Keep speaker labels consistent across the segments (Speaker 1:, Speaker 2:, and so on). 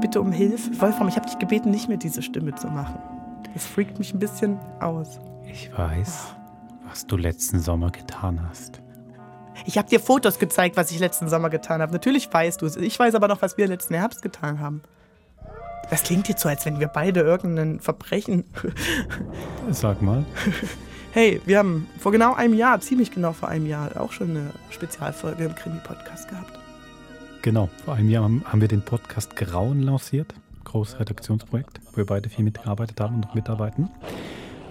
Speaker 1: bitte um Hilfe. Wolfram, ich habe dich gebeten, nicht mehr diese Stimme zu machen. Das freakt mich ein bisschen aus.
Speaker 2: Ich weiß, was du letzten Sommer getan hast.
Speaker 1: Ich habe dir Fotos gezeigt, was ich letzten Sommer getan habe. Natürlich weißt du es. Ich weiß aber noch, was wir letzten Herbst getan haben. Das klingt jetzt so, als wenn wir beide irgendein Verbrechen.
Speaker 2: Sag mal.
Speaker 1: Hey, wir haben vor genau einem Jahr, ziemlich genau vor einem Jahr, auch schon eine Spezialfolge im Krimi-Podcast gehabt.
Speaker 2: Genau, vor einem Jahr haben haben wir den Podcast Grauen lanciert. Großes Redaktionsprojekt, wo wir beide viel mitgearbeitet haben und noch mitarbeiten.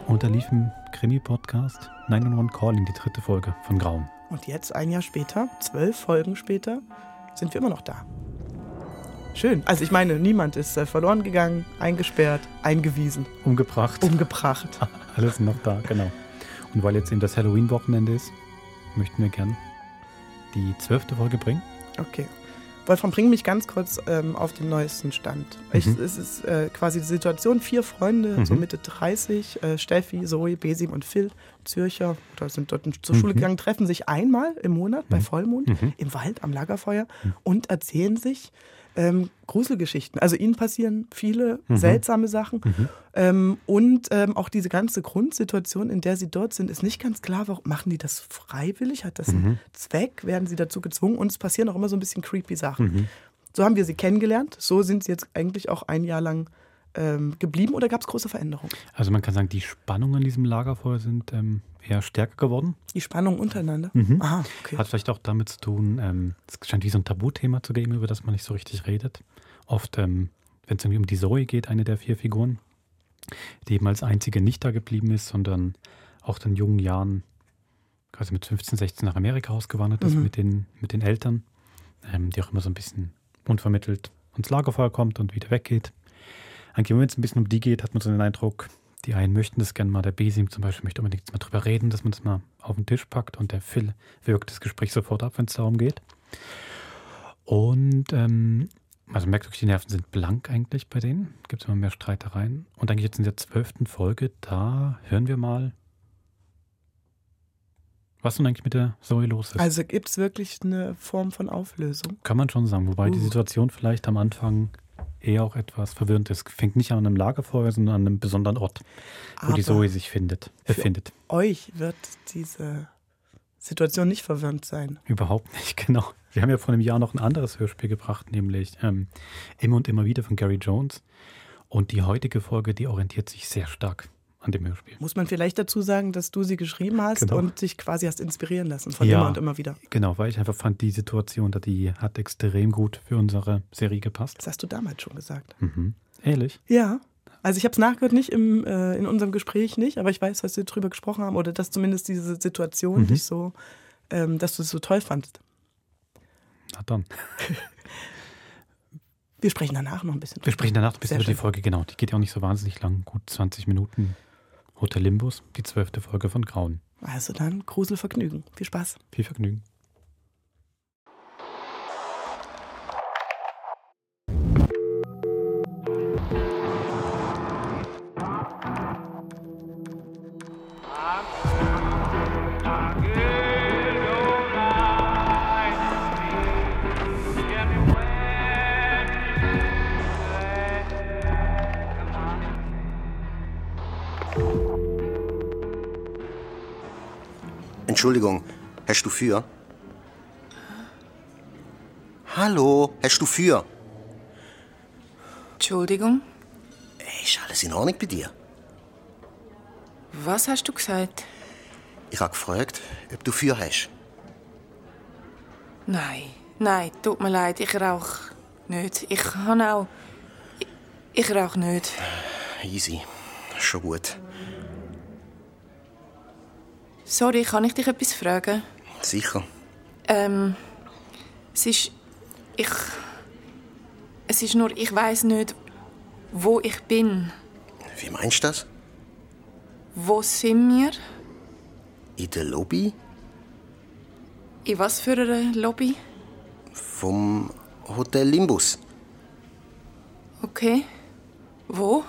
Speaker 2: Und da lief im Krimi-Podcast 911 Calling, die dritte Folge von Grauen.
Speaker 1: Und jetzt, ein Jahr später, zwölf Folgen später, sind wir immer noch da. Schön. Also ich meine, niemand ist äh, verloren gegangen, eingesperrt, eingewiesen,
Speaker 2: Umgebracht.
Speaker 1: umgebracht.
Speaker 2: Um- Alles noch da, genau. Und weil jetzt eben das Halloween-Wochenende ist, möchten wir gern die zwölfte Folge bringen.
Speaker 1: Okay. Wolfram, bring mich ganz kurz ähm, auf den neuesten Stand. Ich,
Speaker 2: Mhm.
Speaker 1: es ist äh, quasi die Situation, vier Freunde, so
Speaker 2: Mhm.
Speaker 1: Mitte 30, äh, Steffi, Zoe, Besim und Phil, Zürcher, oder sind dort zur Schule
Speaker 2: Mhm.
Speaker 1: gegangen, treffen sich einmal im Monat bei
Speaker 2: Mhm.
Speaker 1: Vollmond
Speaker 2: Mhm.
Speaker 1: im Wald am Lagerfeuer
Speaker 2: Mhm.
Speaker 1: und erzählen sich ähm, Gruselgeschichten. Also ihnen passieren viele
Speaker 2: Mhm.
Speaker 1: seltsame Sachen.
Speaker 2: Mhm.
Speaker 1: Ähm, und ähm, auch diese ganze Grundsituation, in der sie dort sind, ist nicht ganz klar, warum machen die das freiwillig? Hat das einen
Speaker 2: Mhm.
Speaker 1: Zweck? Werden sie dazu gezwungen? Und es passieren auch immer so ein bisschen creepy Sachen.
Speaker 2: Mhm.
Speaker 1: So haben wir sie kennengelernt. So sind sie jetzt eigentlich auch ein Jahr lang ähm, geblieben oder gab es große Veränderungen?
Speaker 2: Also man kann sagen, die Spannungen in diesem Lagerfeuer sind ähm, eher stärker geworden.
Speaker 1: Die Spannung untereinander?
Speaker 2: Mhm.
Speaker 1: Aha, okay.
Speaker 2: Hat vielleicht auch damit zu tun, ähm, es scheint wie so ein Tabuthema zu geben, über das man nicht so richtig redet. Oft, ähm, wenn es irgendwie um die Zoe geht, eine der vier Figuren, die eben als einzige nicht da geblieben ist, sondern auch in jungen Jahren quasi mit 15, 16 nach Amerika ausgewandert ist
Speaker 1: Mhm.
Speaker 2: mit, den, mit den Eltern, ähm, die auch immer so ein bisschen unvermittelt ans Lagerfeuer kommt und wieder weggeht. Eigentlich, wenn es ein bisschen um die geht, hat man so den Eindruck, die einen möchten das gerne mal, der Besim zum Beispiel möchte unbedingt mal drüber reden, dass man das mal auf den Tisch packt und der Phil wirkt das Gespräch sofort ab, wenn es darum geht. Und ähm, also merkt wirklich, die Nerven sind blank eigentlich bei denen. Gibt es immer mehr Streitereien. Und eigentlich jetzt in der zwölften Folge, da hören wir mal, was nun eigentlich mit der Zoe los ist.
Speaker 1: also gibt es wirklich eine Form von Auflösung?
Speaker 2: Kann man schon sagen, wobei die
Speaker 1: Uh.
Speaker 2: Situation vielleicht am Anfang eher auch etwas verwirrend ist. Fängt nicht an einem Lagerfeuer, sondern an einem besonderen Ort, wo die
Speaker 1: Aber-
Speaker 2: Zoe sich findet, befindet.
Speaker 1: Euch wird diese Situation nicht verwirrend sein.
Speaker 2: Überhaupt nicht, genau. Wir haben ja vor einem Jahr noch ein anderes Hörspiel gebracht, nämlich ähm, Immer und immer wieder von Gary Jones. Und die heutige Folge, die orientiert sich sehr stark an dem Hörspiel.
Speaker 1: Muss man vielleicht dazu sagen, dass du sie geschrieben hast
Speaker 2: Genau.
Speaker 1: und dich quasi hast inspirieren lassen von
Speaker 2: Ja.
Speaker 1: immer und immer wieder.
Speaker 2: Genau, weil ich einfach fand, die Situation da, die hat extrem gut für unsere Serie gepasst.
Speaker 1: Das hast du damals schon gesagt.
Speaker 2: Mhm. Ehrlich?
Speaker 1: Ja. Also ich habe es nachgehört, nicht im, äh, in unserem Gespräch nicht, aber ich weiß, dass wir drüber gesprochen haben oder dass zumindest diese Situation
Speaker 2: Mhm.
Speaker 1: dich so, ähm, dass du es so toll fandst.
Speaker 2: Na dann.
Speaker 1: Wir sprechen danach noch ein bisschen.
Speaker 2: Wir sprechen danach ein
Speaker 1: Sehr
Speaker 2: bisschen über die
Speaker 1: schön.
Speaker 2: Folge, genau. Die geht ja auch nicht so wahnsinnig lang. Gut 20 Minuten. Hotel Limbus, die zwölfte Folge von Grauen.
Speaker 1: Also dann Gruselvergnügen. Viel Spaß.
Speaker 2: Viel Vergnügen.
Speaker 3: Entschuldigung, Herr Stufür? Hallo, Herr Stufür.
Speaker 4: Entschuldigung,
Speaker 3: Ist alles in Ordnung bei dir?
Speaker 4: was hast du gesagt?
Speaker 3: Ich habe gefragt, ob du Feuer hast.
Speaker 4: Nein, nein, tut mir leid, ich rauche nicht. Ich kann auch. Ich, ich rauche nicht.
Speaker 3: Easy. Schon gut.
Speaker 4: Sorry, kann ich dich etwas fragen?
Speaker 3: Sicher.
Speaker 4: Ähm, es ist. Ich. Es ist nur, ich weiß nicht, wo ich bin.
Speaker 3: Wie meinst du das?
Speaker 4: Wo sind wir?
Speaker 3: In der Lobby
Speaker 4: In was für einer Lobby?
Speaker 3: vom Hotel Limbus.
Speaker 4: Okay. Wo?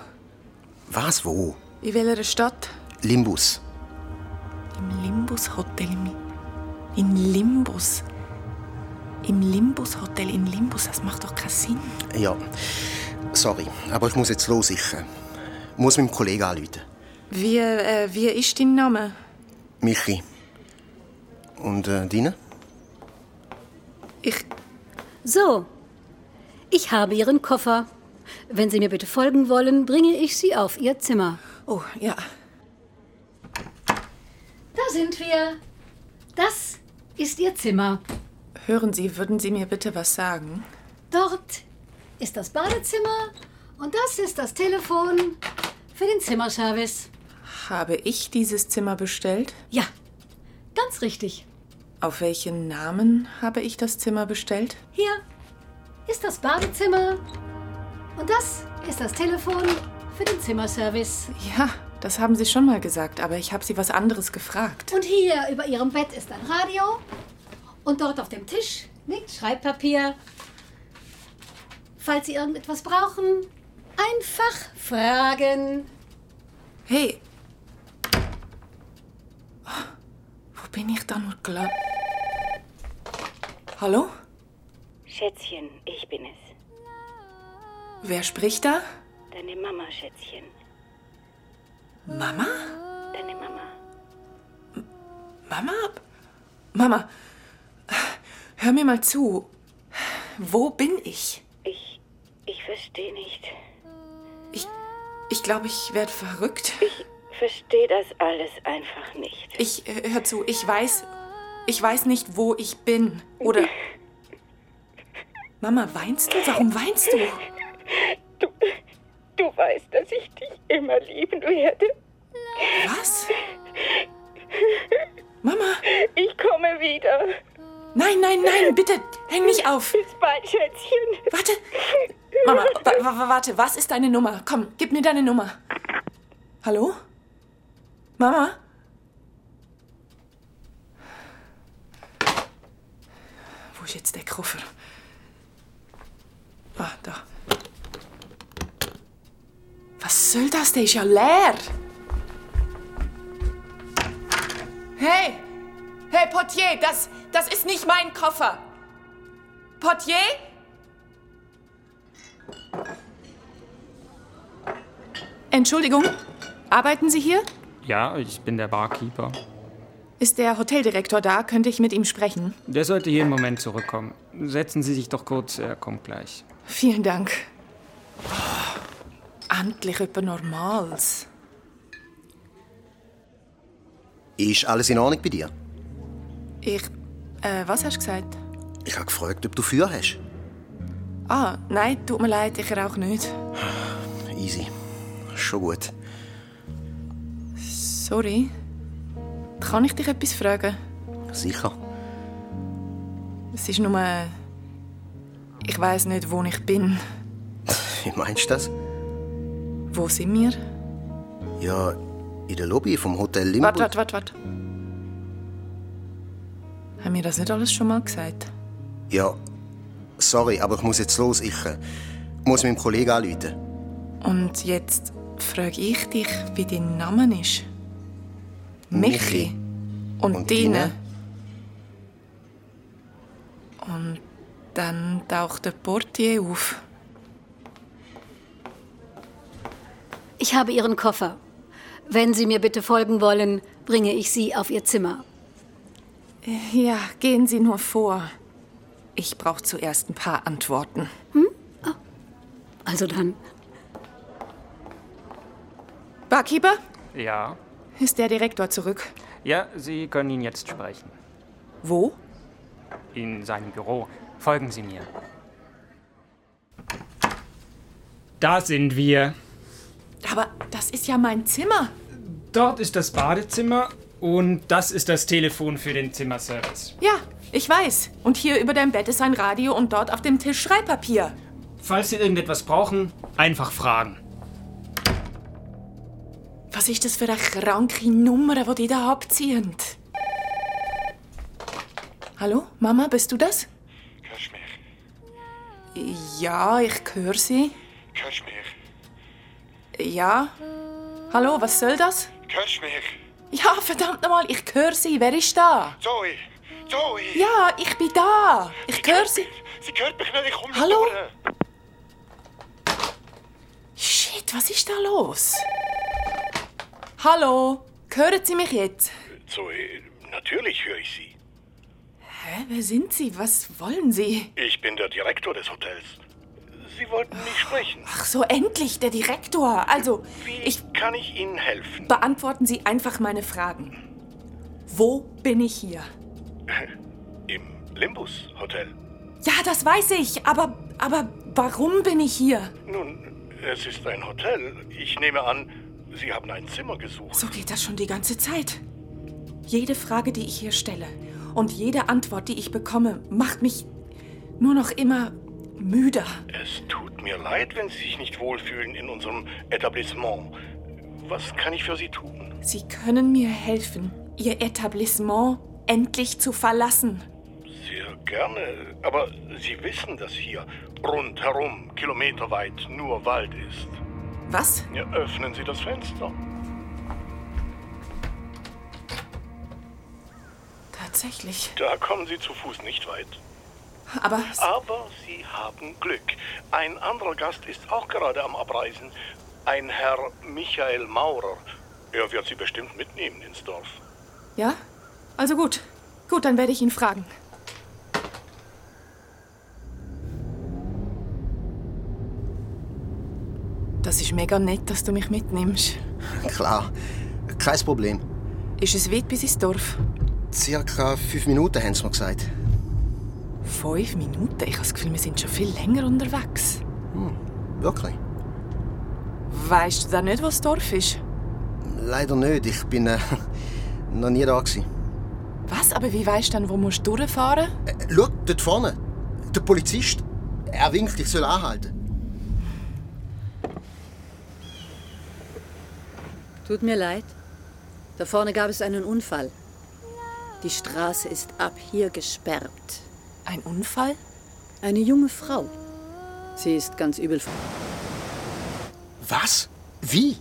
Speaker 3: Was wo?
Speaker 4: In welcher Stadt?
Speaker 3: Limbus.
Speaker 4: Im Limbus Hotel im- in Limbus. Im Limbus Hotel in Limbus, das macht doch keinen Sinn.
Speaker 3: Ja. Sorry, aber ich muss jetzt los. Ich äh, muss meinem Kollegen anrufen.
Speaker 4: Wie, äh, wie ist dein Name?
Speaker 3: Michi. Und äh, deine?
Speaker 4: Ich.
Speaker 5: So, ich habe Ihren Koffer. Wenn Sie mir bitte folgen wollen, bringe ich Sie auf Ihr Zimmer.
Speaker 4: Oh, ja.
Speaker 5: Da sind wir. Das ist Ihr Zimmer.
Speaker 4: Hören Sie, würden Sie mir bitte was sagen?
Speaker 5: Dort ist das Badezimmer und das ist das Telefon für den Zimmerservice.
Speaker 4: Habe ich dieses Zimmer bestellt?
Speaker 5: Ja, ganz richtig.
Speaker 4: Auf welchen Namen habe ich das Zimmer bestellt?
Speaker 5: Hier ist das Badezimmer und das ist das Telefon für den Zimmerservice.
Speaker 4: Ja, das haben Sie schon mal gesagt, aber ich habe Sie was anderes gefragt.
Speaker 5: Und hier über Ihrem Bett ist ein Radio. Und dort auf dem Tisch liegt Schreibpapier. Falls Sie irgendetwas brauchen, einfach fragen.
Speaker 4: Hey! Oh, Wo bin ich da nur gelandet? Hallo?
Speaker 6: Schätzchen, ich bin es.
Speaker 4: Wer spricht da?
Speaker 6: Deine Mama, Schätzchen.
Speaker 4: Mama?
Speaker 6: Deine Mama.
Speaker 4: Mama? Mama, hör mir mal zu. Wo bin ich?
Speaker 6: Ich. Ich verstehe nicht.
Speaker 4: Ich, ich glaube, ich werde verrückt.
Speaker 6: Ich verstehe das alles einfach nicht.
Speaker 4: Ich, äh, hör zu, ich weiß, ich weiß nicht, wo ich bin. Oder... Mama, weinst du? Warum weinst du?
Speaker 6: Du. Du weißt, dass ich dich immer lieben werde.
Speaker 4: Was? Mama,
Speaker 6: Ich komme wieder.
Speaker 4: nein, nein, nein, bitte, häng nicht auf.
Speaker 6: Bis bald, Schätzchen.
Speaker 4: Warte. Mama, wa wa warte, was ist deine Nummer? Komm, gib mir deine Nummer. Hallo? Mama? Wo ist jetzt der Koffer? Ah, da. Was soll das? Der ist ja leer. Hey! Hey, Portier, das, das ist nicht mein Koffer. Portier? Entschuldigung, arbeiten Sie hier?
Speaker 7: Ja, ich bin der Barkeeper.
Speaker 4: Ist der Hoteldirektor da? Könnte ich mit ihm sprechen?
Speaker 7: Der sollte hier im Moment zurückkommen. Setzen Sie sich doch kurz, er kommt gleich.
Speaker 4: Vielen Dank. Ah, Endlich etwas Normales.
Speaker 3: Ist alles in Ordnung bei dir?
Speaker 4: Ich. Äh, was hast du gesagt?
Speaker 3: Ich habe gefragt, ob du Feuer hast.
Speaker 4: Ah, nein, tut mir leid, ich rauche nicht.
Speaker 3: Easy. Schon gut.
Speaker 4: Sorry. Kann ich dich etwas fragen?
Speaker 3: Sicher.
Speaker 4: Es ist nur. äh, Ich weiß nicht, wo ich bin.
Speaker 3: Wie meinst du das?
Speaker 4: Wo sind wir?
Speaker 3: Ja, in der Lobby vom Hotel Limbus.
Speaker 4: Warte, warte, warte, warte. Haben wir das nicht alles schon mal gesagt?
Speaker 3: Ja, sorry, aber ich muss jetzt los. Ich äh, muss meinem Kollegen anrufen.
Speaker 4: Und jetzt frage ich dich, wie dein Name ist. Michi.
Speaker 3: Michi.
Speaker 4: Und,
Speaker 3: Und
Speaker 4: Dine.
Speaker 3: deine?
Speaker 4: Und dann taucht der Portier auf.
Speaker 5: Ich habe Ihren Koffer. Wenn Sie mir bitte folgen wollen, bringe ich Sie auf Ihr Zimmer.
Speaker 4: Ja, gehen Sie nur vor. Ich brauche zuerst ein paar Antworten.
Speaker 5: Also dann.
Speaker 4: Barkeeper,
Speaker 7: Ja?
Speaker 4: ist der Direktor zurück?
Speaker 7: Ja, Sie können ihn jetzt sprechen.
Speaker 4: Wo?
Speaker 7: In seinem Büro. Folgen Sie mir. Da sind wir.
Speaker 4: Aber das ist ja mein Zimmer.
Speaker 7: Dort ist das Badezimmer und das ist das Telefon für den Zimmerservice.
Speaker 4: Ja, ich weiß. Und hier über deinem Bett ist ein Radio und dort auf dem Tisch Schreibpapier.
Speaker 7: Falls Sie irgendetwas brauchen, einfach fragen.
Speaker 4: Was ist das für eine kranke Nummer, die die da abziehen? Hallo, Mama, bist du das?
Speaker 8: Hörst du mich?
Speaker 4: Ja, ich höre sie.
Speaker 8: Hörst du mich?
Speaker 4: Ja. Hallo, was soll das?
Speaker 8: Hörst du mich?
Speaker 4: Ja, verdammt nochmal, ich höre sie. Wer ist da?
Speaker 8: Zoe! Zoe!
Speaker 4: Ja, ich bin da. Ich höre sie.
Speaker 8: Sie hört mich nicht, ich komme
Speaker 4: Hallo?
Speaker 8: nicht durch.
Speaker 4: Shit, was ist da los? Hallo, hören Sie mich jetzt?
Speaker 9: Zoe, natürlich höre ich Sie.
Speaker 4: Hä, wer sind Sie? Was wollen Sie?
Speaker 9: Ich bin der Direktor des Hotels. Sie wollten mich sprechen.
Speaker 4: Ach so, endlich, der Direktor. Also,
Speaker 9: Wie
Speaker 4: ich
Speaker 9: kann ich Ihnen helfen?
Speaker 4: beantworten Sie einfach meine Fragen. Wo bin ich hier?
Speaker 9: Im Limbus Hotel.
Speaker 4: Ja, das weiß ich, aber, aber warum bin ich hier?
Speaker 9: Nun, es ist ein Hotel. Ich nehme an, Sie haben ein Zimmer gesucht.
Speaker 4: So geht das schon die ganze Zeit. Jede Frage, die ich hier stelle und jede Antwort, die ich bekomme, macht mich nur noch immer müder.
Speaker 9: Es tut mir leid, wenn Sie sich nicht wohlfühlen in unserem Etablissement. Was kann ich für Sie tun?
Speaker 4: Sie können mir helfen, Ihr Etablissement endlich zu verlassen.
Speaker 9: Sehr gerne. Aber Sie wissen, dass hier rundherum, kilometerweit, nur Wald ist.
Speaker 4: Was?
Speaker 9: Ja, öffnen Sie das Fenster.
Speaker 4: Tatsächlich.
Speaker 9: Da kommen Sie zu Fuß nicht weit.
Speaker 4: Aber
Speaker 9: Aber Sie haben Glück. Ein anderer Gast ist auch gerade am Abreisen. Ein Herr Michael Maurer. Er wird Sie bestimmt mitnehmen ins Dorf.
Speaker 4: ja? Also gut. Gut, dann werde ich ihn fragen. Das ist mega nett, dass du mich mitnimmst.
Speaker 3: Klar, kein Problem.
Speaker 4: Ist es weit bis ins Dorf?
Speaker 3: Circa fünf Minuten haben sie mir gesagt.
Speaker 4: Fünf Minuten? Ich habe das Gefühl, wir sind schon viel länger unterwegs.
Speaker 3: Wirklich?
Speaker 4: Weißt du denn nicht, was Dorf ist?
Speaker 3: Leider nicht. Ich bin äh, noch nie da gewesen.
Speaker 4: Was? Aber wie weißt du denn, wo musst du durchfahren?
Speaker 3: Äh, schau, dort vorne. Der Polizist. Er winkt, ich soll anhalten.
Speaker 5: Tut mir leid. Da vorne gab es einen Unfall. Die Straße ist ab hier gesperrt.
Speaker 4: Ein Unfall?
Speaker 5: Eine junge Frau. Sie ist ganz übel. ver-
Speaker 3: Was? Wie?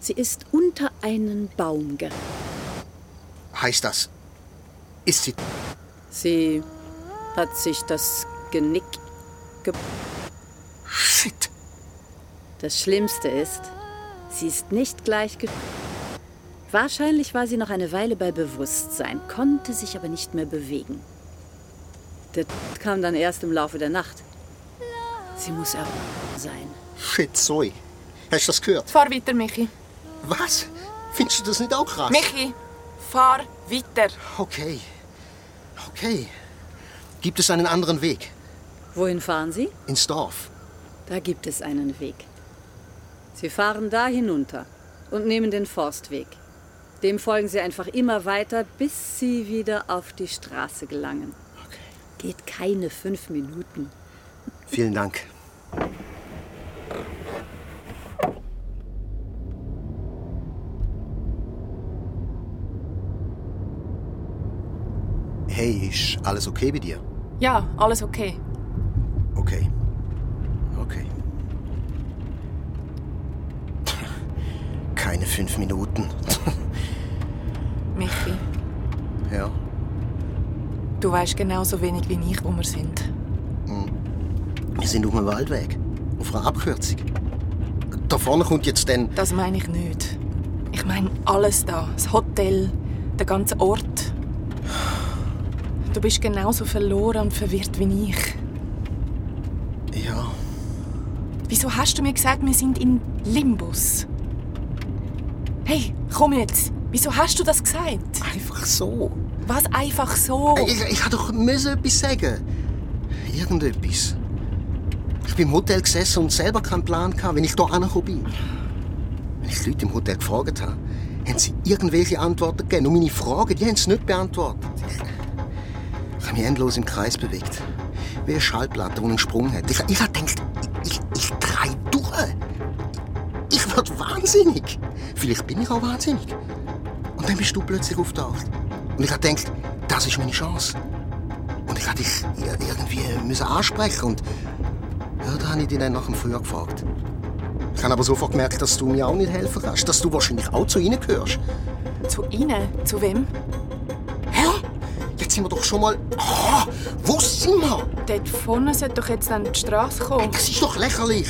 Speaker 5: Sie ist unter einen Baum geraten.
Speaker 3: Heißt das? Ist sie.
Speaker 5: Sie hat sich das Genick ge...
Speaker 3: Shit!
Speaker 5: Das Schlimmste ist, sie ist nicht gleich ge... Wahrscheinlich war sie noch eine Weile bei Bewusstsein, konnte sich aber nicht mehr bewegen. Der kam dann erst im Laufe der Nacht. Sie muss erhoben sein.
Speaker 3: Shit, Zoe. Hast du das gehört?
Speaker 4: Fahr weiter, Michi.
Speaker 3: Was? Findest du das nicht auch krass?
Speaker 4: Michi, fahr weiter.
Speaker 3: Okay. Okay. Gibt es einen anderen Weg?
Speaker 5: Wohin fahren Sie?
Speaker 3: Ins Dorf.
Speaker 5: Da gibt es einen Weg. Sie fahren da hinunter und nehmen den Forstweg. Dem folgen Sie einfach immer weiter, bis Sie wieder auf die Straße gelangen. Geht keine fünf Minuten.
Speaker 3: Vielen Dank. Hey, ist alles okay bei dir?
Speaker 4: Ja, alles okay.
Speaker 3: Okay. Okay. Keine fünf Minuten.
Speaker 4: Michi,
Speaker 3: ja.
Speaker 4: du weißt genauso wenig wie ich, wo wir sind.
Speaker 3: Wir sind auf dem Waldweg. Auf einer Abkürzung. Da vorne kommt jetzt dann.
Speaker 4: Das meine ich nicht. Ich meine alles da. Das Hotel, der ganze Ort. Du bist genauso verloren und verwirrt wie ich.
Speaker 3: Ja.
Speaker 4: Wieso hast du mir gesagt, wir sind in Limbus? Hey, komm jetzt. Wieso hast du das gesagt?
Speaker 3: Einfach so.
Speaker 4: Was einfach so?
Speaker 3: Äh, Ich, ich hätte doch müssen etwas sagen. Irgendetwas. Ich bin im Hotel gesessen und selber keinen Plan gehabt, wenn ich hier angekommen bin. Wenn ich die Leute im Hotel gefragt habe, haben sie irgendwelche Antworten gegeben. Und meine Fragen, die haben sie nicht beantwortet. Ich habe mich endlos im Kreis bewegt. Wie eine Schallplatte, die einen Sprung hat. Ich, ich habe gedacht, ich, ich treibe durch. Ich werde wahnsinnig. Vielleicht bin ich auch wahnsinnig. Und dann bist du plötzlich aufgetaucht. Und ich habe gedacht, das ist meine Chance. Und ich hatte dich ir- irgendwie müssen ansprechen und ja, da habe ich dich dann nach dem Frühjahr gefragt. Ich habe aber sofort gemerkt, dass du mir auch nicht helfen kannst, dass du wahrscheinlich auch zu ihnen gehörst.
Speaker 4: Zu Ihnen? Zu wem?
Speaker 3: Hä? Jetzt sind wir doch schon mal... Ah, wo sind wir?
Speaker 4: Dort vorne sollte doch jetzt dann die Straße kommen.
Speaker 3: Das ist doch lächerlich.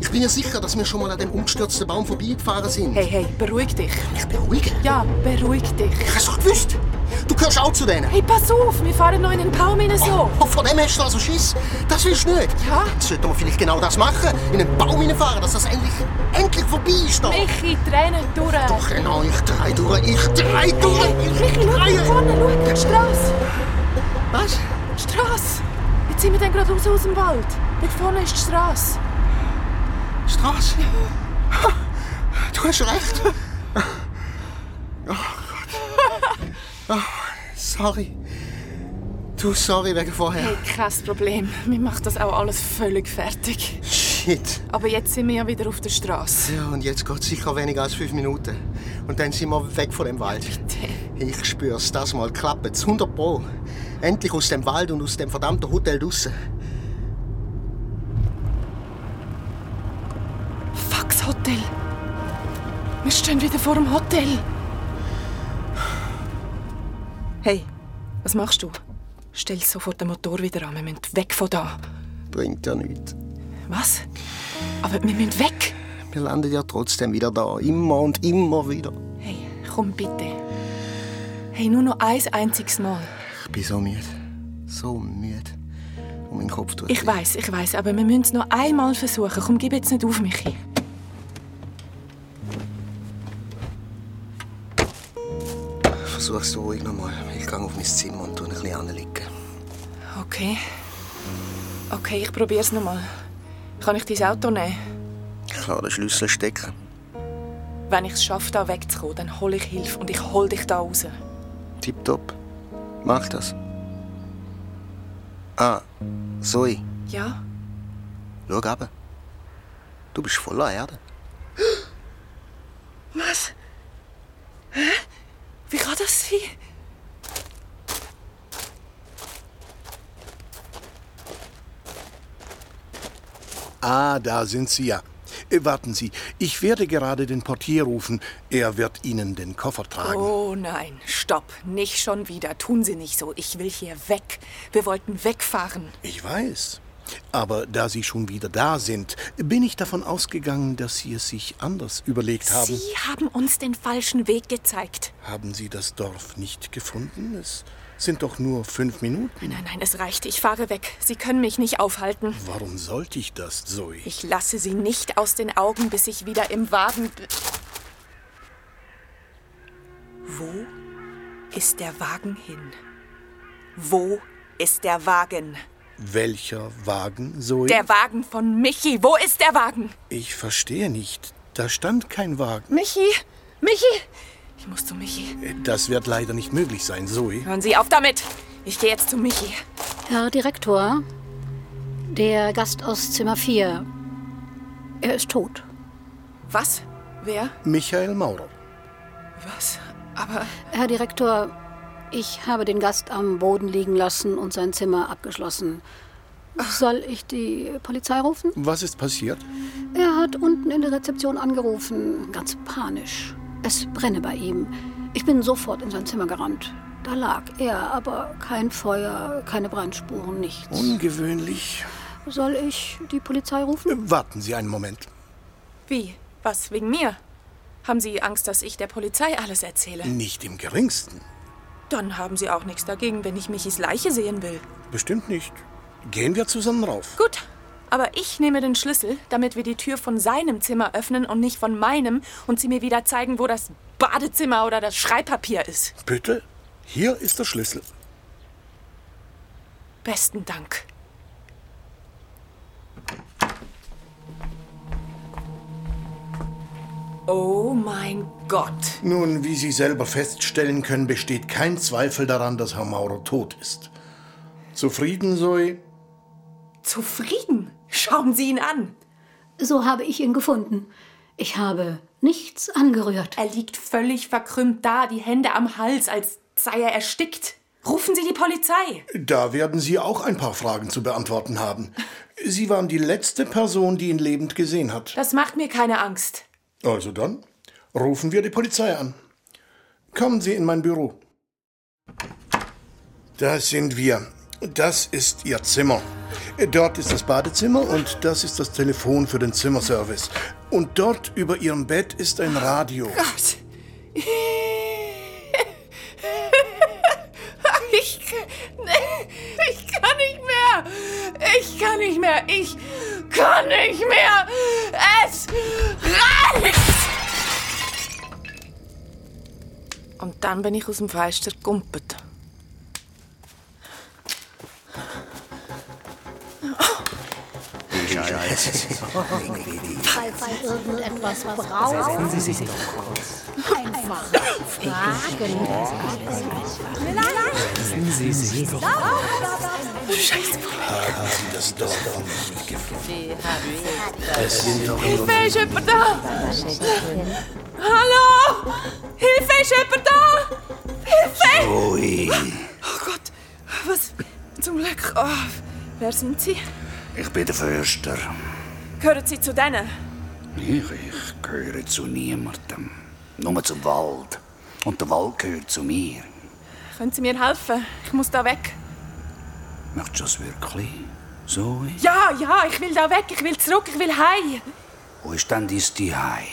Speaker 3: Ich bin ja sicher, dass wir schon mal an dem umgestürzten Baum vorbeigefahren sind.
Speaker 4: Hey, hey, beruhig dich.
Speaker 3: Ich beruhige.
Speaker 4: Ja, beruhig dich.
Speaker 3: Ich hab's doch gewusst. Du gehörst auch zu denen.
Speaker 4: Hey, pass auf, wir fahren noch in einen Baum hinein so.
Speaker 3: Oh, vor dem hast du also Schiss. Das willst du nicht.
Speaker 4: Ja.
Speaker 3: Jetzt sollten wir vielleicht genau das machen. eh, In einen Baum hineinfahren, dass das endlich, endlich vorbei ist. da.
Speaker 4: Michi, Tränen durch.
Speaker 3: Doch, genau, ich drei durch. Ich drei durch.
Speaker 4: Hey, Michi, schau
Speaker 3: drei.
Speaker 4: da vorne, schau, die Straße.
Speaker 3: Was?
Speaker 4: Straße! Jetzt sind wir dann gerade raus aus dem Wald. Dort vorne ist die Straße.
Speaker 3: Straße? Ha, Du hast recht. Oh Gott. Oh, sorry. Du, sorry wegen vorher.
Speaker 4: Hey, kein Problem. Mir macht das auch alles völlig fertig.
Speaker 3: Shit.
Speaker 4: Aber jetzt sind wir ja wieder auf der Straße.
Speaker 3: Ja, und jetzt geht sicher weniger als fünf Minuten. Und dann sind wir weg von dem Wald. Ich spür's, das mal klappt. 100 Pro. Endlich aus dem Wald und aus dem verdammten Hotel draussen.
Speaker 4: Fuck, das Hotel. Wir stehen wieder vor dem Hotel. Hey, was machst du? Stell sofort den Motor wieder an. Wir müssen weg von da.
Speaker 3: Bringt ja nichts.
Speaker 4: Was? Aber wir müssen weg.
Speaker 3: Wir landen ja trotzdem wieder da. Immer und immer wieder.
Speaker 4: Hey, komm bitte. Hey, nur noch ein einziges Mal.
Speaker 3: Ich bin so müde. So müde. Und mein Kopf tut
Speaker 4: Ich
Speaker 3: weh.
Speaker 4: weiß, ich weiß, aber wir müssen es noch einmal versuchen. Komm, gib jetzt nicht auf, Michi.
Speaker 3: Versuch's so ruhig nochmal. Ich gehe auf mein Zimmer und tu ein bisschen anliegen.
Speaker 4: Okay. Okay, ich probiere es nochmal. Kann ich dein Auto nehmen?
Speaker 3: Ich lasse den Schlüssel stecken.
Speaker 4: Wenn ich es schaffe, da wegzukommen, dann hole ich Hilfe und ich hole dich da raus.
Speaker 3: Tipptopp. Mach das. Ah, Zoe,
Speaker 4: Ja?
Speaker 3: schau runter. Du bist voller Erde.
Speaker 4: Was? Hä? Wie kann das sein?
Speaker 9: Ah, da sind Sie ja. Äh, Warten Sie, ich werde gerade den Portier rufen. Er wird Ihnen den Koffer tragen.
Speaker 4: Oh nein, stopp, nicht schon wieder. Tun Sie nicht so. Ich will hier weg. Wir wollten wegfahren.
Speaker 9: Ich weiß. Aber da Sie schon wieder da sind, bin ich davon ausgegangen, dass Sie es sich anders überlegt haben.
Speaker 4: Sie haben uns den falschen Weg gezeigt.
Speaker 9: Haben Sie das Dorf nicht gefunden? Es sind doch nur fünf Minuten.
Speaker 4: Nein, nein, es reicht. Ich fahre weg. Sie können mich nicht aufhalten.
Speaker 9: Warum sollte ich das, Zoe?
Speaker 4: Ich lasse sie nicht aus den Augen, bis ich wieder im Wagen. b- Wo ist der Wagen hin? Wo ist der Wagen?
Speaker 9: Welcher Wagen, Zoe?
Speaker 4: Der Wagen von Michi. Wo ist der Wagen?
Speaker 9: ich verstehe nicht. Da stand kein Wagen.
Speaker 4: Michi? Michi? Ich muss zu Michi.
Speaker 9: Äh, Das wird leider nicht möglich sein, Zoe.
Speaker 4: Hören Sie auf damit. Ich gehe jetzt zu Michi.
Speaker 10: Herr Direktor, der Gast aus Zimmer 4, er ist tot.
Speaker 4: Was? Wer?
Speaker 9: Michael Maurer.
Speaker 4: Was? Aber
Speaker 10: Herr Direktor, ich habe den Gast am Boden liegen lassen und sein Zimmer abgeschlossen. Soll ich die Polizei rufen?
Speaker 9: Was ist passiert?
Speaker 10: Er hat unten in der Rezeption angerufen, ganz panisch. Es brenne bei ihm. Ich bin sofort in sein Zimmer gerannt. Da lag er, aber kein Feuer, keine Brandspuren, nichts.
Speaker 9: Ungewöhnlich.
Speaker 10: Soll ich die Polizei rufen?
Speaker 9: Warten Sie einen Moment.
Speaker 4: wie? Was? Wegen mir? Haben Sie Angst, dass ich der Polizei alles erzähle?
Speaker 9: Nicht im geringsten.
Speaker 4: Dann haben Sie auch nichts dagegen, wenn ich Michis Leiche sehen will.
Speaker 9: Bestimmt nicht. Gehen wir zusammen rauf.
Speaker 4: Gut, aber ich nehme den Schlüssel, damit wir die Tür von seinem Zimmer öffnen und nicht von meinem und sie mir wieder zeigen, wo das Badezimmer oder das Schreibpapier ist.
Speaker 9: Bitte? Hier ist der Schlüssel.
Speaker 4: Besten Dank. Oh mein Gott.
Speaker 9: Nun, wie Sie selber feststellen können, besteht kein Zweifel daran, dass Herr Maurer tot ist. Zufrieden, Zoe?
Speaker 4: Zufrieden? Schauen Sie ihn an.
Speaker 10: So habe ich ihn gefunden. Ich habe nichts angerührt.
Speaker 4: Er liegt völlig verkrümmt da, die Hände am Hals, als sei er erstickt. Rufen Sie die Polizei.
Speaker 9: Da werden Sie auch ein paar Fragen zu beantworten haben. Sie waren die letzte Person, die ihn lebend gesehen hat.
Speaker 4: Das macht mir keine Angst.
Speaker 9: Also dann, rufen wir die Polizei an. Kommen Sie in mein Büro. Das sind wir. Das ist Ihr Zimmer. Dort ist das Badezimmer und das ist das Telefon für den Zimmerservice. Und dort über Ihrem Bett ist ein Radio.
Speaker 11: Gott. Ich, ich kann nicht mehr. Ich kann nicht mehr. Ich kann nicht mehr. Es reicht.
Speaker 4: Und dann bin ich aus dem Fenster gumpet.
Speaker 12: Falls Sie irgendetwas brauchen,
Speaker 11: Sie sich doch
Speaker 12: einfach fragen.
Speaker 9: Setzen Sie sich doch.
Speaker 11: Scheiße.
Speaker 9: Haben Sie das doch nicht gefunden. Es sind doch
Speaker 11: Hilfe, ist jemand da? Hallo? Hilfe, ist jemand da? Hilfe!
Speaker 3: Ui.
Speaker 4: Oh Gott, was? Zum Glück. Oh, wer sind Sie?
Speaker 3: Ich bin der Förster.
Speaker 4: Gehören Sie zu denen?
Speaker 3: Ich, ich gehöre zu niemandem. Nur zum Wald. Und der Wald gehört zu mir.
Speaker 4: Können Sie mir helfen? Ich muss da weg.
Speaker 3: Möchtest du das wirklich? So ist
Speaker 4: Ja, ja, ich will da weg. Ich will zurück. Ich will heim.
Speaker 3: Wo ist denn dein Zuhause?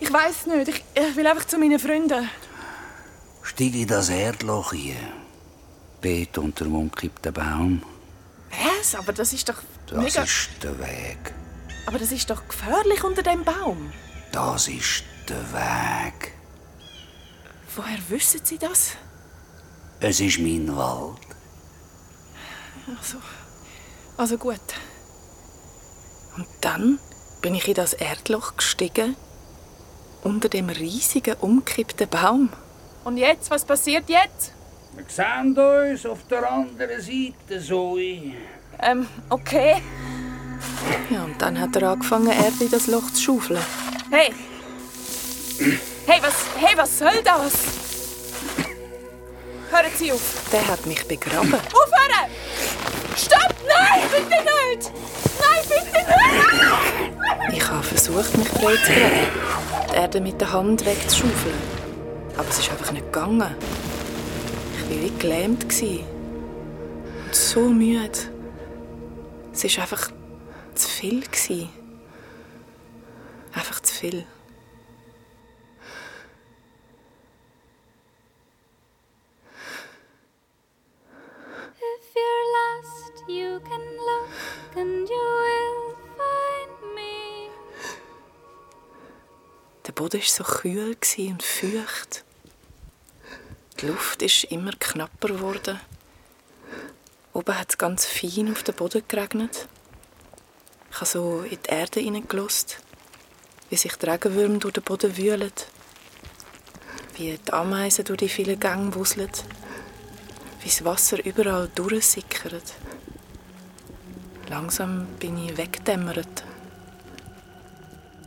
Speaker 4: Ich weiß nicht. Ich, ich will einfach zu meinen Freunden.
Speaker 3: Steig in das Erdloch hier. Beet unter dem umkippten Baum.
Speaker 4: Was? Aber das ist doch
Speaker 3: Das
Speaker 4: mega.
Speaker 3: ist der Weg.
Speaker 4: Aber das ist doch gefährlich unter dem Baum.
Speaker 3: Das ist der Weg.
Speaker 4: Woher wissen Sie das?
Speaker 3: Es ist mein Wald.
Speaker 4: Also, also gut. Und dann bin ich in das Erdloch gestiegen, unter dem riesigen, umkippten Baum. Und jetzt? Was passiert jetzt?
Speaker 13: Wir sehen uns auf der anderen Seite, Zoe.
Speaker 4: Ähm, okay. Ja, und dann hat er angefangen, Erde in das Loch zu schaufeln. Hey! Hey, was, hey, was soll das? Hören Sie auf! Der hat mich begraben.
Speaker 11: Aufhören! Stopp! Nein, bitte nicht! Nein,
Speaker 4: Ah!
Speaker 11: bitte nicht!
Speaker 4: Ich habe versucht, mich frei zu kriegen, die Erde mit der Hand wegzuschaufeln. Aber es ist einfach nicht gegangen. Ich war wie gelähmt. gewesen. Und so müde. Es war einfach zu viel. gewesen. Einfach zu viel.
Speaker 5: If you're lost, you can look and you will find me.
Speaker 4: Der Boden war so kühl gewesen und feucht. Die Luft ist immer knapper geworden. Oben hat es ganz fein auf den Boden geregnet. Ich habe so in die Erde hineingelost, wie sich die Regenwürmer durch den Boden wühlen, wie die Ameisen durch die vielen Gänge wuseln, wie das Wasser überall durchsickert. Langsam bin ich weggedämmert.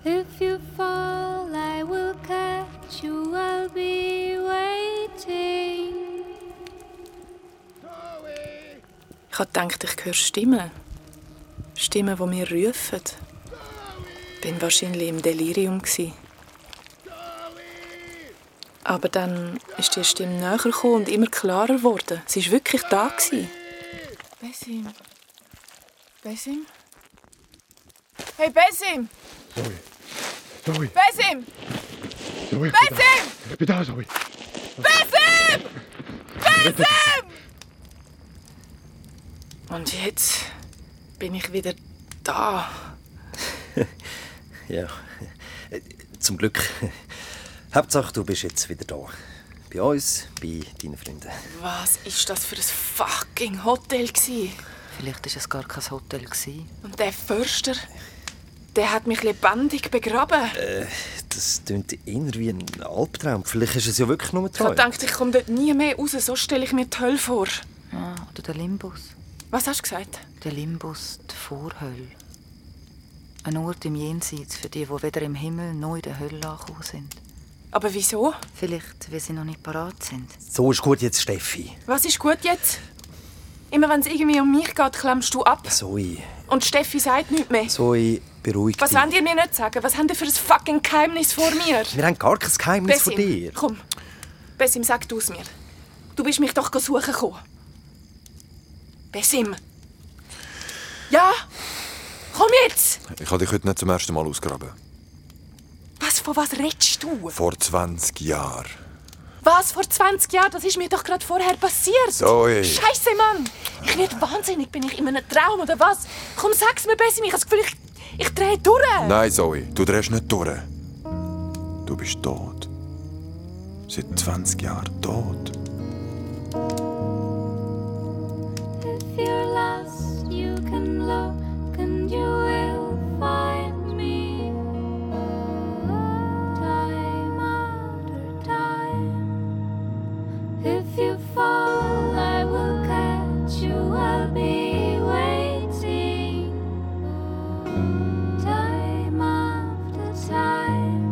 Speaker 5: If you fall, I will catch you. I'll be waiting.
Speaker 4: Ich habe gedacht, ich höre Stimmen. Stimmen, die mir rufen. Bin wahrscheinlich im Delirium. gsi. Aber dann ist die Stimme näher gekommen und immer klarer geworden. Sie war wirklich da. gsi. Besim. Besim?
Speaker 11: Hey, Besim!
Speaker 14: Zoe. Zoe.
Speaker 11: Besim!
Speaker 14: Zoe.
Speaker 11: Besim!
Speaker 14: Ich bin da, Zoe.
Speaker 11: Besim! Besim!
Speaker 4: Und jetzt bin ich wieder da.
Speaker 7: Ja, äh, zum Glück. Hauptsache, du bist jetzt wieder da. Bei uns, bei deinen Freunden.
Speaker 4: Was ist das für ein fucking Hotel? gsi?
Speaker 6: Vielleicht war es gar kein Hotel. Gewesen.
Speaker 4: Und der Förster, der hat mich lebendig begraben.
Speaker 7: Äh, das klingt eher wie ein Albtraum. Vielleicht ist es ja wirklich nur ein
Speaker 4: Ich habe
Speaker 7: Traum.
Speaker 4: gedacht, ich komme dort nie mehr raus, so stelle ich mir die Hölle vor.
Speaker 6: Ah, oder der Limbus.
Speaker 4: Was hast du gesagt?
Speaker 6: Der Limbus, die Vorhölle. Ein Ort im Jenseits für die, die weder im Himmel noch in der Hölle angekommen sind.
Speaker 4: Aber wieso?
Speaker 6: Vielleicht, weil sie noch nicht parat sind.
Speaker 7: So ist gut jetzt, Steffi.
Speaker 4: Was ist gut jetzt? Immer wenn es irgendwie um mich geht, klemmst du ab.
Speaker 7: Zoe,
Speaker 4: Und Steffi sagt nichts mehr.
Speaker 7: Zoe, beruhig
Speaker 4: Was
Speaker 7: dich.
Speaker 4: wollt ihr mir nicht sagen? Was habt ihr für ein fucking Geheimnis vor mir?
Speaker 7: Wir haben gar kein Geheimnis von dir.
Speaker 4: komm. Besim, sag du es mir. Du bist mich doch suchen gekommen. Besim. Ja? Komm jetzt!
Speaker 15: Ich habe dich heute nicht zum ersten Mal ausgraben.
Speaker 4: Was, von was redest du?
Speaker 15: Vor 20 Jahren.
Speaker 4: Was, vor 20 Jahren? Das ist mir doch gerade vorher passiert.
Speaker 15: Zoe.
Speaker 4: Scheiße, Mann! Ich werde wahnsinnig. Bin ich in einem Traum oder was? Komm, sag's mir, Besim. Ich habe das Gefühl, ich, ich drehe durch.
Speaker 15: Nein, Zoe, du drehst nicht durch. Du bist tot. Seit 20 Jahren tot.
Speaker 16: If you're lost, you can look and you will find me. Time after time. If you fall, I will catch you. I'll be waiting. Time after time.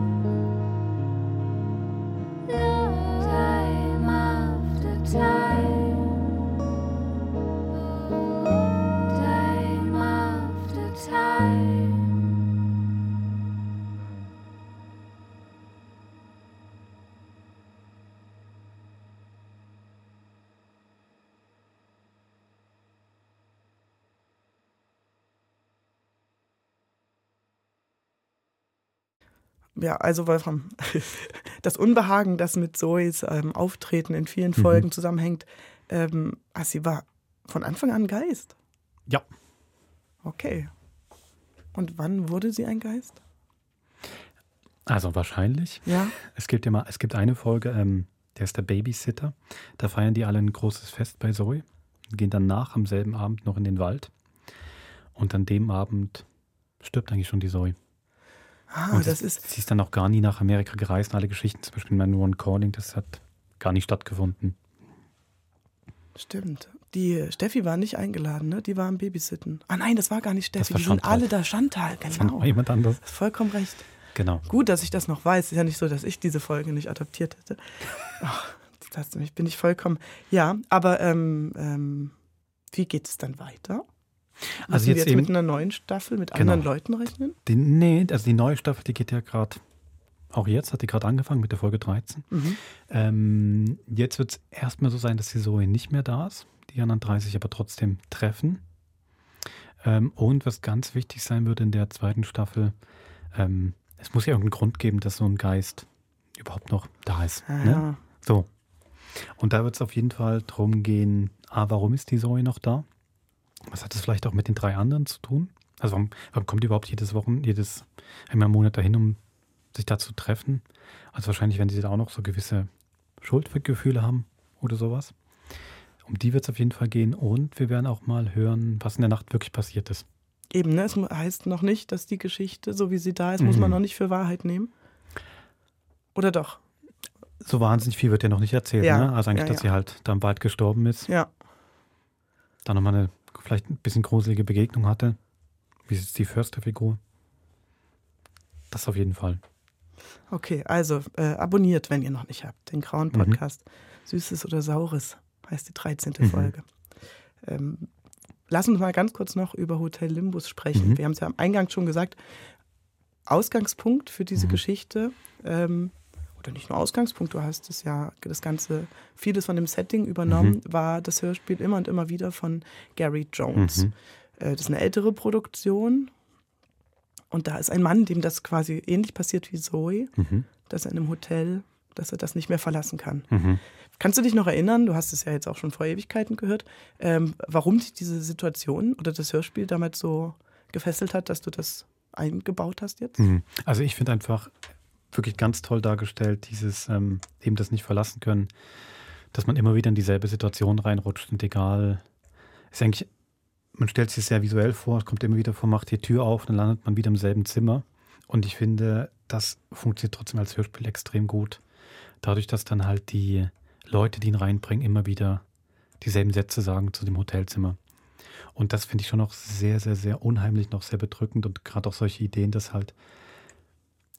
Speaker 16: Time after time. Time after time.
Speaker 1: Ja, also Wolfram, das Unbehagen, das mit Zoes ähm, Auftreten in vielen
Speaker 2: Mhm.
Speaker 1: Folgen zusammenhängt, ähm, ah, sie war von Anfang an ein Geist.
Speaker 2: Ja.
Speaker 1: Okay. Und wann wurde sie ein Geist?
Speaker 2: Also wahrscheinlich.
Speaker 1: Ja.
Speaker 2: Es gibt immer, es gibt eine Folge, ähm, der ist der Babysitter. Da feiern die alle ein großes Fest bei Zoe und gehen dann nach am selben Abend noch in den Wald. Und an dem Abend stirbt eigentlich schon die Zoe.
Speaker 1: Ah,
Speaker 2: und
Speaker 1: das
Speaker 2: sie- Sie ist dann auch gar nie nach Amerika gereist. und Alle Geschichten, zum Beispiel Man One Calling, das hat gar nicht stattgefunden.
Speaker 1: Stimmt. Die Steffi war nicht eingeladen, ne? Die war am Babysitten. Ah nein, das war gar nicht
Speaker 2: Das
Speaker 1: Steffi.
Speaker 2: war
Speaker 1: Die sind
Speaker 2: Chantal.
Speaker 1: alle da. Chantal,
Speaker 2: Das war
Speaker 1: genau.
Speaker 2: noch jemand anderes.
Speaker 1: Vollkommen recht.
Speaker 2: Genau.
Speaker 1: Gut, dass ich das noch weiß. Ist ja nicht so, dass ich diese Folge nicht adaptiert hätte. Ach, jetzt hast du mich, bin ich vollkommen. Ja, aber ähm, ähm, wie geht es dann weiter? Müssen
Speaker 2: Also
Speaker 1: wir
Speaker 2: jetzt
Speaker 1: jetzt
Speaker 2: eben-
Speaker 1: mit einer neuen Staffel mit
Speaker 2: Genau.
Speaker 1: anderen Leuten rechnen?
Speaker 2: Die, nee, also die neue Staffel, die geht ja gerade, auch jetzt hat die gerade angefangen mit der Folge 13.
Speaker 1: Mhm.
Speaker 2: Ähm, jetzt wird es erstmal so sein, dass die Zoe nicht mehr da ist, die anderen 30 aber trotzdem treffen. Ähm, und was ganz wichtig sein wird in der zweiten Staffel, ähm, es muss ja irgendeinen Grund geben, dass so ein Geist überhaupt noch da ist.
Speaker 1: Ah, ja.
Speaker 2: Ne? So. Und da wird es auf jeden Fall darum gehen, ah, warum ist die Zoe noch da? Was hat das vielleicht auch mit den drei anderen zu tun? Also warum, warum kommt die überhaupt jedes Wochen, jedes einmal im Monat dahin, um sich da zu treffen? Also wahrscheinlich werden sie da auch noch so gewisse Schuldgefühle haben oder sowas. Um die wird es auf jeden Fall gehen und wir werden auch mal hören, was in der Nacht wirklich passiert ist.
Speaker 1: Eben, ne? Es mu- heißt noch nicht, dass die Geschichte, so wie sie da ist, muss
Speaker 2: Mhm.
Speaker 1: man noch nicht für Wahrheit nehmen. Oder doch?
Speaker 2: So wahnsinnig viel wird ja noch nicht erzählt,
Speaker 1: Ja,
Speaker 2: ne? Also eigentlich,
Speaker 1: ja,
Speaker 2: dass
Speaker 1: ja.
Speaker 2: sie halt da im Wald gestorben ist.
Speaker 1: Ja.
Speaker 2: Dann nochmal eine vielleicht ein bisschen gruselige Begegnung hatte. Wie ist die Försterfigur? Das auf jeden Fall.
Speaker 1: Okay, also äh, abonniert, wenn ihr noch nicht habt, den grauen
Speaker 2: Mhm.
Speaker 1: Podcast. Süßes oder Saures heißt die 13.
Speaker 2: Mhm.
Speaker 1: Folge. Ähm, lass uns mal ganz kurz noch über Hotel Limbus sprechen.
Speaker 2: Mhm.
Speaker 1: Wir haben es ja am Eingang schon gesagt. Ausgangspunkt für diese
Speaker 2: Mhm.
Speaker 1: Geschichte, ähm, oder nicht nur Ausgangspunkt, du hast es ja, das Ganze, vieles von dem Setting übernommen,
Speaker 2: Mhm.
Speaker 1: war das Hörspiel immer und immer wieder von Gary Jones.
Speaker 2: Mhm.
Speaker 1: Äh, das ist eine ältere Produktion, und da ist ein Mann, dem das quasi ähnlich passiert wie Zoe,
Speaker 2: Mhm.
Speaker 1: dass er in einem Hotel, dass er das nicht mehr verlassen kann.
Speaker 2: Mhm.
Speaker 1: Kannst du dich noch erinnern, du hast es ja jetzt auch schon vor Ewigkeiten gehört, ähm, warum dich diese Situation oder das Hörspiel damals so gefesselt hat, dass du das eingebaut hast jetzt?
Speaker 2: Mhm. Also ich finde einfach wirklich ganz toll dargestellt, dieses ähm, eben das nicht verlassen können, dass man immer wieder in dieselbe Situation reinrutscht und egal, ist eigentlich, man stellt sich das sehr visuell vor, es kommt immer wieder vor, macht die Tür auf, dann landet man wieder im selben Zimmer. Und ich finde, das funktioniert trotzdem als Hörspiel extrem gut. Dadurch, dass dann halt die Leute, die ihn reinbringen, immer wieder dieselben Sätze sagen zu dem Hotelzimmer. Und das finde ich schon noch sehr, sehr, sehr unheimlich, noch sehr bedrückend und gerade auch solche Ideen, dass halt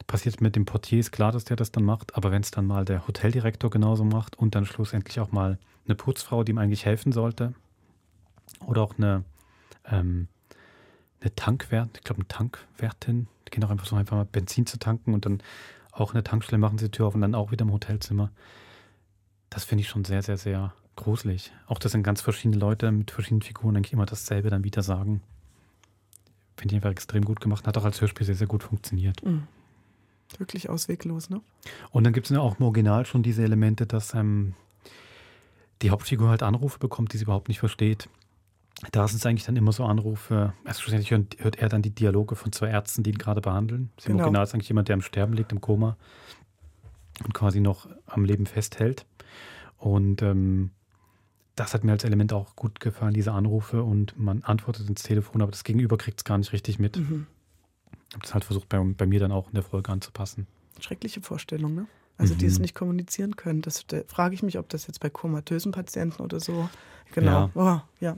Speaker 2: passiert mit dem Portier, ist klar, dass der das dann macht, aber wenn es dann mal der Hoteldirektor genauso macht und dann schlussendlich auch mal eine Putzfrau, die ihm eigentlich helfen sollte, oder auch eine, ähm, eine Tankwert, ich glaube eine Tankwärtin, die gehen auch einfach so einfach mal Benzin zu tanken und dann auch in der Tankstelle machen sie die Tür auf und dann auch wieder im Hotelzimmer. Das finde ich schon sehr, sehr, sehr gruselig. Auch, dass dann ganz verschiedene Leute mit verschiedenen Figuren eigentlich immer dasselbe dann wieder sagen. Finde ich einfach extrem gut gemacht. Hat auch als Hörspiel sehr, sehr gut funktioniert.
Speaker 1: Mhm. Wirklich ausweglos, ne?
Speaker 2: Und dann gibt es ja auch im Original schon diese Elemente, dass ähm, die Hauptfigur halt Anrufe bekommt, die sie überhaupt nicht versteht. Da sind es eigentlich dann immer so Anrufe. Also schlussendlich hört, hört er dann die Dialoge von zwei Ärzten, die ihn gerade behandeln. Das Im
Speaker 1: Genau.
Speaker 2: Original ist eigentlich jemand, der am Sterben liegt, im Koma und quasi noch am Leben festhält. Und ähm, das hat mir als Element auch gut gefallen, diese Anrufe. Und man antwortet ins Telefon, aber das Gegenüber kriegt es gar nicht richtig mit.
Speaker 1: Mhm.
Speaker 2: Ich habe das halt versucht, bei, bei mir dann auch in der Folge anzupassen.
Speaker 1: Schreckliche Vorstellung, ne? Also
Speaker 2: Mhm.
Speaker 1: die es nicht kommunizieren können. Das da frage ich mich, ob das jetzt bei komatösen Patienten oder so. Genau. Ja. Oh, ja.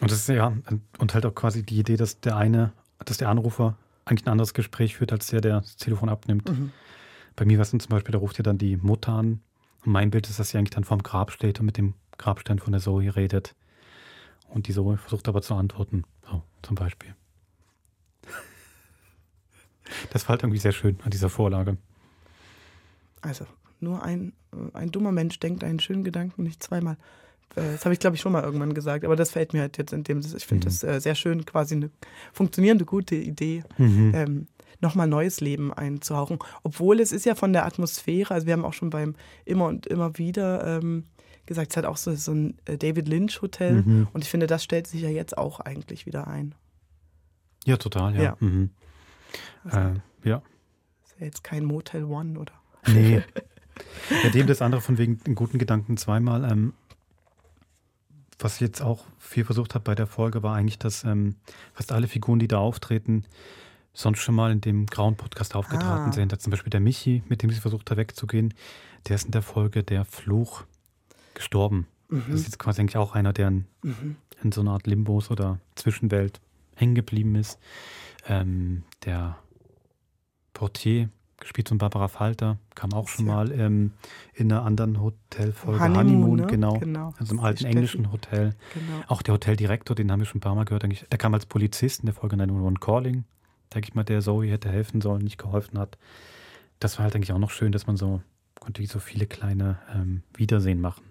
Speaker 2: Und das ist ja, und halt auch quasi die Idee, dass der eine, dass der Anrufer eigentlich ein anderes Gespräch führt, als der, der das Telefon abnimmt.
Speaker 1: Mhm.
Speaker 2: Bei mir war es dann zum Beispiel, da ruft ja dann die Mutter an. Und mein Bild ist, dass sie eigentlich dann vorm Grab steht und mit dem Grabstein von der Zoe redet. Und die Zoe versucht aber zu antworten. So, zum Beispiel. Das war halt irgendwie sehr schön an dieser Vorlage.
Speaker 1: Also nur ein, äh, ein dummer Mensch denkt einen schönen Gedanken nicht zweimal. Äh, Das habe ich, glaube ich, schon mal irgendwann gesagt, aber das fällt mir halt jetzt in dem, ich finde
Speaker 2: Mhm.
Speaker 1: das äh, sehr schön, quasi eine funktionierende, gute Idee,
Speaker 2: Mhm.
Speaker 1: ähm, nochmal neues Leben einzuhauchen. Obwohl es ist ja von der Atmosphäre, also wir haben auch schon beim immer und immer wieder ähm, gesagt, es hat auch so, so ein äh, David Lynch Hotel
Speaker 2: Mhm.
Speaker 1: und ich finde, das stellt sich ja jetzt auch eigentlich wieder ein.
Speaker 2: Ja, total, ja.
Speaker 1: Ja.
Speaker 2: Mhm.
Speaker 1: Also-
Speaker 2: Äh, ja.
Speaker 1: Ist ja jetzt kein Motel One, oder?
Speaker 2: Nee. Ja, dem das andere von wegen den guten Gedanken zweimal. Ähm, was ich jetzt auch viel versucht habe bei der Folge, war eigentlich, dass ähm, fast alle Figuren, die da auftreten, sonst schon mal in dem grauen Podcast aufgetreten
Speaker 1: Ah.
Speaker 2: sind. Da zum Beispiel der Michi, mit dem sie versucht hat wegzugehen, der ist in der Folge der Fluch gestorben.
Speaker 1: Mhm.
Speaker 2: Das ist jetzt quasi eigentlich auch einer, der in,
Speaker 1: Mhm.
Speaker 2: in so einer Art Limbos oder Zwischenwelt hängen geblieben ist. Ähm, der Portier, gespielt von Barbara Falter, kam auch schon mal ähm, in einer anderen Hotelfolge.
Speaker 1: Honeymoon,
Speaker 2: Honeymoon,
Speaker 1: ne?
Speaker 2: genau.
Speaker 1: Genau.
Speaker 2: Also im
Speaker 1: Das ist
Speaker 2: alten
Speaker 1: die
Speaker 2: englischen
Speaker 1: Steffi.
Speaker 2: Hotel.
Speaker 1: Genau.
Speaker 2: Auch der Hoteldirektor, den haben wir schon ein paar Mal gehört, eigentlich. Der kam als Polizist in der Folge 911 Calling. Denke ich mal, der Zoe hätte helfen sollen, nicht geholfen hat. Das war halt eigentlich auch noch schön, dass man so, konnte ich so viele kleine ähm, Wiedersehen machen.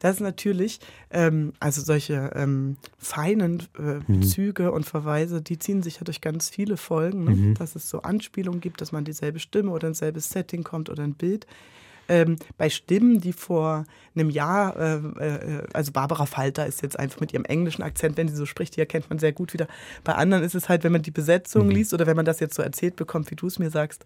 Speaker 1: Das ist natürlich, ähm, also solche ähm, feinen äh,
Speaker 2: Mhm.
Speaker 1: Bezüge und Verweise, die ziehen sich ja durch ganz viele Folgen, ne?
Speaker 2: Mhm.
Speaker 1: dass es so Anspielungen gibt, dass man dieselbe Stimme oder ein selbes Setting kommt oder ein Bild. Ähm, bei Stimmen, die vor einem Jahr, äh, äh, also Barbara Falter ist jetzt einfach mit ihrem englischen Akzent, wenn sie so spricht, die erkennt man sehr gut wieder. Bei anderen ist es halt, wenn man die Besetzung
Speaker 2: Mhm.
Speaker 1: liest oder wenn man das jetzt so erzählt bekommt, wie du es mir sagst,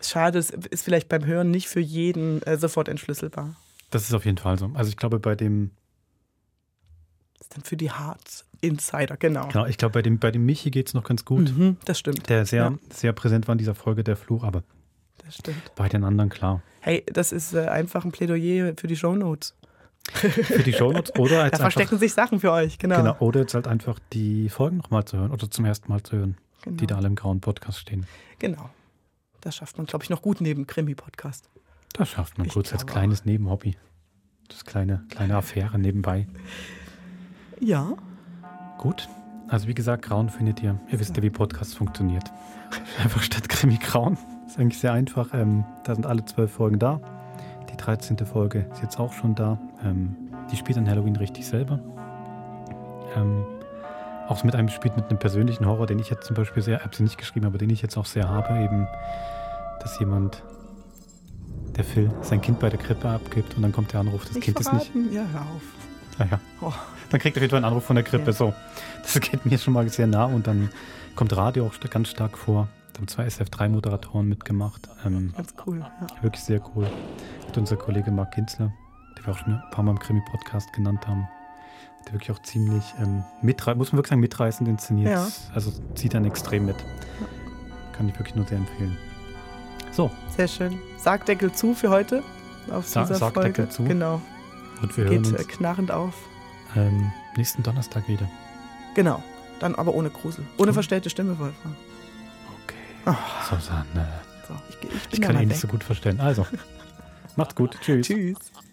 Speaker 1: schade, es ist vielleicht beim Hören nicht für jeden äh, sofort entschlüsselbar.
Speaker 2: Das ist auf jeden Fall so. Also ich glaube, bei dem
Speaker 1: ist dann für die Hearts Insider, genau.
Speaker 2: Genau, ich glaube, bei dem, bei dem Michi geht es noch ganz gut.
Speaker 1: Mhm, das stimmt.
Speaker 2: Der sehr,
Speaker 1: Ja.
Speaker 2: sehr präsent war in dieser Folge der Fluch, aber
Speaker 1: Das stimmt.
Speaker 2: bei den anderen klar.
Speaker 1: Hey, das ist äh, einfach ein Plädoyer für die Shownotes.
Speaker 2: Für die Shownotes oder als
Speaker 1: Da verstecken
Speaker 2: einfach,
Speaker 1: sich Sachen für euch, genau.
Speaker 2: genau. Oder jetzt halt einfach die Folgen nochmal zu hören oder zum ersten Mal zu hören,
Speaker 1: Genau.
Speaker 2: die da alle im grauen Podcast stehen.
Speaker 1: Genau. Das schafft man, glaube ich, noch gut neben Krimi-Podcast.
Speaker 2: Das schafft man
Speaker 1: Ich
Speaker 2: kurz als
Speaker 1: glaube
Speaker 2: kleines Nebenhobby. Das kleine, kleine Affäre nebenbei.
Speaker 1: Ja.
Speaker 2: Gut. Also wie gesagt, Grauen findet ihr. Ihr wisst ja, wie Podcast funktioniert. Einfach statt Krimi Grauen. Ist eigentlich sehr einfach. Ähm, da sind alle zwölf Folgen da. Die 13. Folge ist jetzt auch schon da. Ähm, die spielt an Halloween richtig selber. Ähm, auch mit einem spielt mit einem persönlichen Horror, den ich jetzt zum Beispiel sehr, habe sie nicht geschrieben, aber den ich jetzt auch sehr habe, eben, dass jemand, der Phil, sein Kind bei der Krippe abgibt und dann kommt der Anruf, das
Speaker 1: Nicht
Speaker 2: Kind ist nicht
Speaker 1: verraten. Ja, hör auf.
Speaker 2: naja.
Speaker 1: Oh.
Speaker 2: Dann kriegt er auf jeden Fall einen Anruf von der Krippe.
Speaker 1: Ja.
Speaker 2: So, das geht mir schon mal sehr nah. Und dann kommt Radio auch st- ganz stark vor. Da haben zwei SF3-Moderatoren mitgemacht. Ähm,
Speaker 1: Ganz cool. Ja.
Speaker 2: Wirklich sehr cool. Hat unser Kollege Marc Kinzler, den wir auch schon ein paar Mal im Krimi-Podcast genannt haben, hat wirklich auch ziemlich, ähm, mitrei- muss man wirklich sagen, mitreißend inszeniert.
Speaker 1: Ja.
Speaker 2: Also zieht dann extrem mit. Kann ich wirklich nur sehr empfehlen. So,
Speaker 1: Sehr schön. Sargdeckel zu für heute. Auf
Speaker 2: Sa-
Speaker 1: dieser
Speaker 2: Sargdeckel
Speaker 1: Folge.
Speaker 2: zu.
Speaker 1: Genau.
Speaker 2: und wir
Speaker 1: Geht
Speaker 2: hören
Speaker 1: äh,
Speaker 2: uns
Speaker 1: knarrend auf.
Speaker 2: ähm, nächsten Donnerstag wieder.
Speaker 1: Genau. Dann aber ohne Grusel.
Speaker 2: Mhm.
Speaker 1: Ohne verstellte Stimme, Wolfgang.
Speaker 2: Susanne.
Speaker 1: So, ich, ich bin
Speaker 2: Ich
Speaker 1: da
Speaker 2: kann
Speaker 1: mal
Speaker 2: ihn
Speaker 1: weg.
Speaker 2: eh nicht so gut verstehen. Also, macht's gut. Tschüss.
Speaker 1: Tschüss.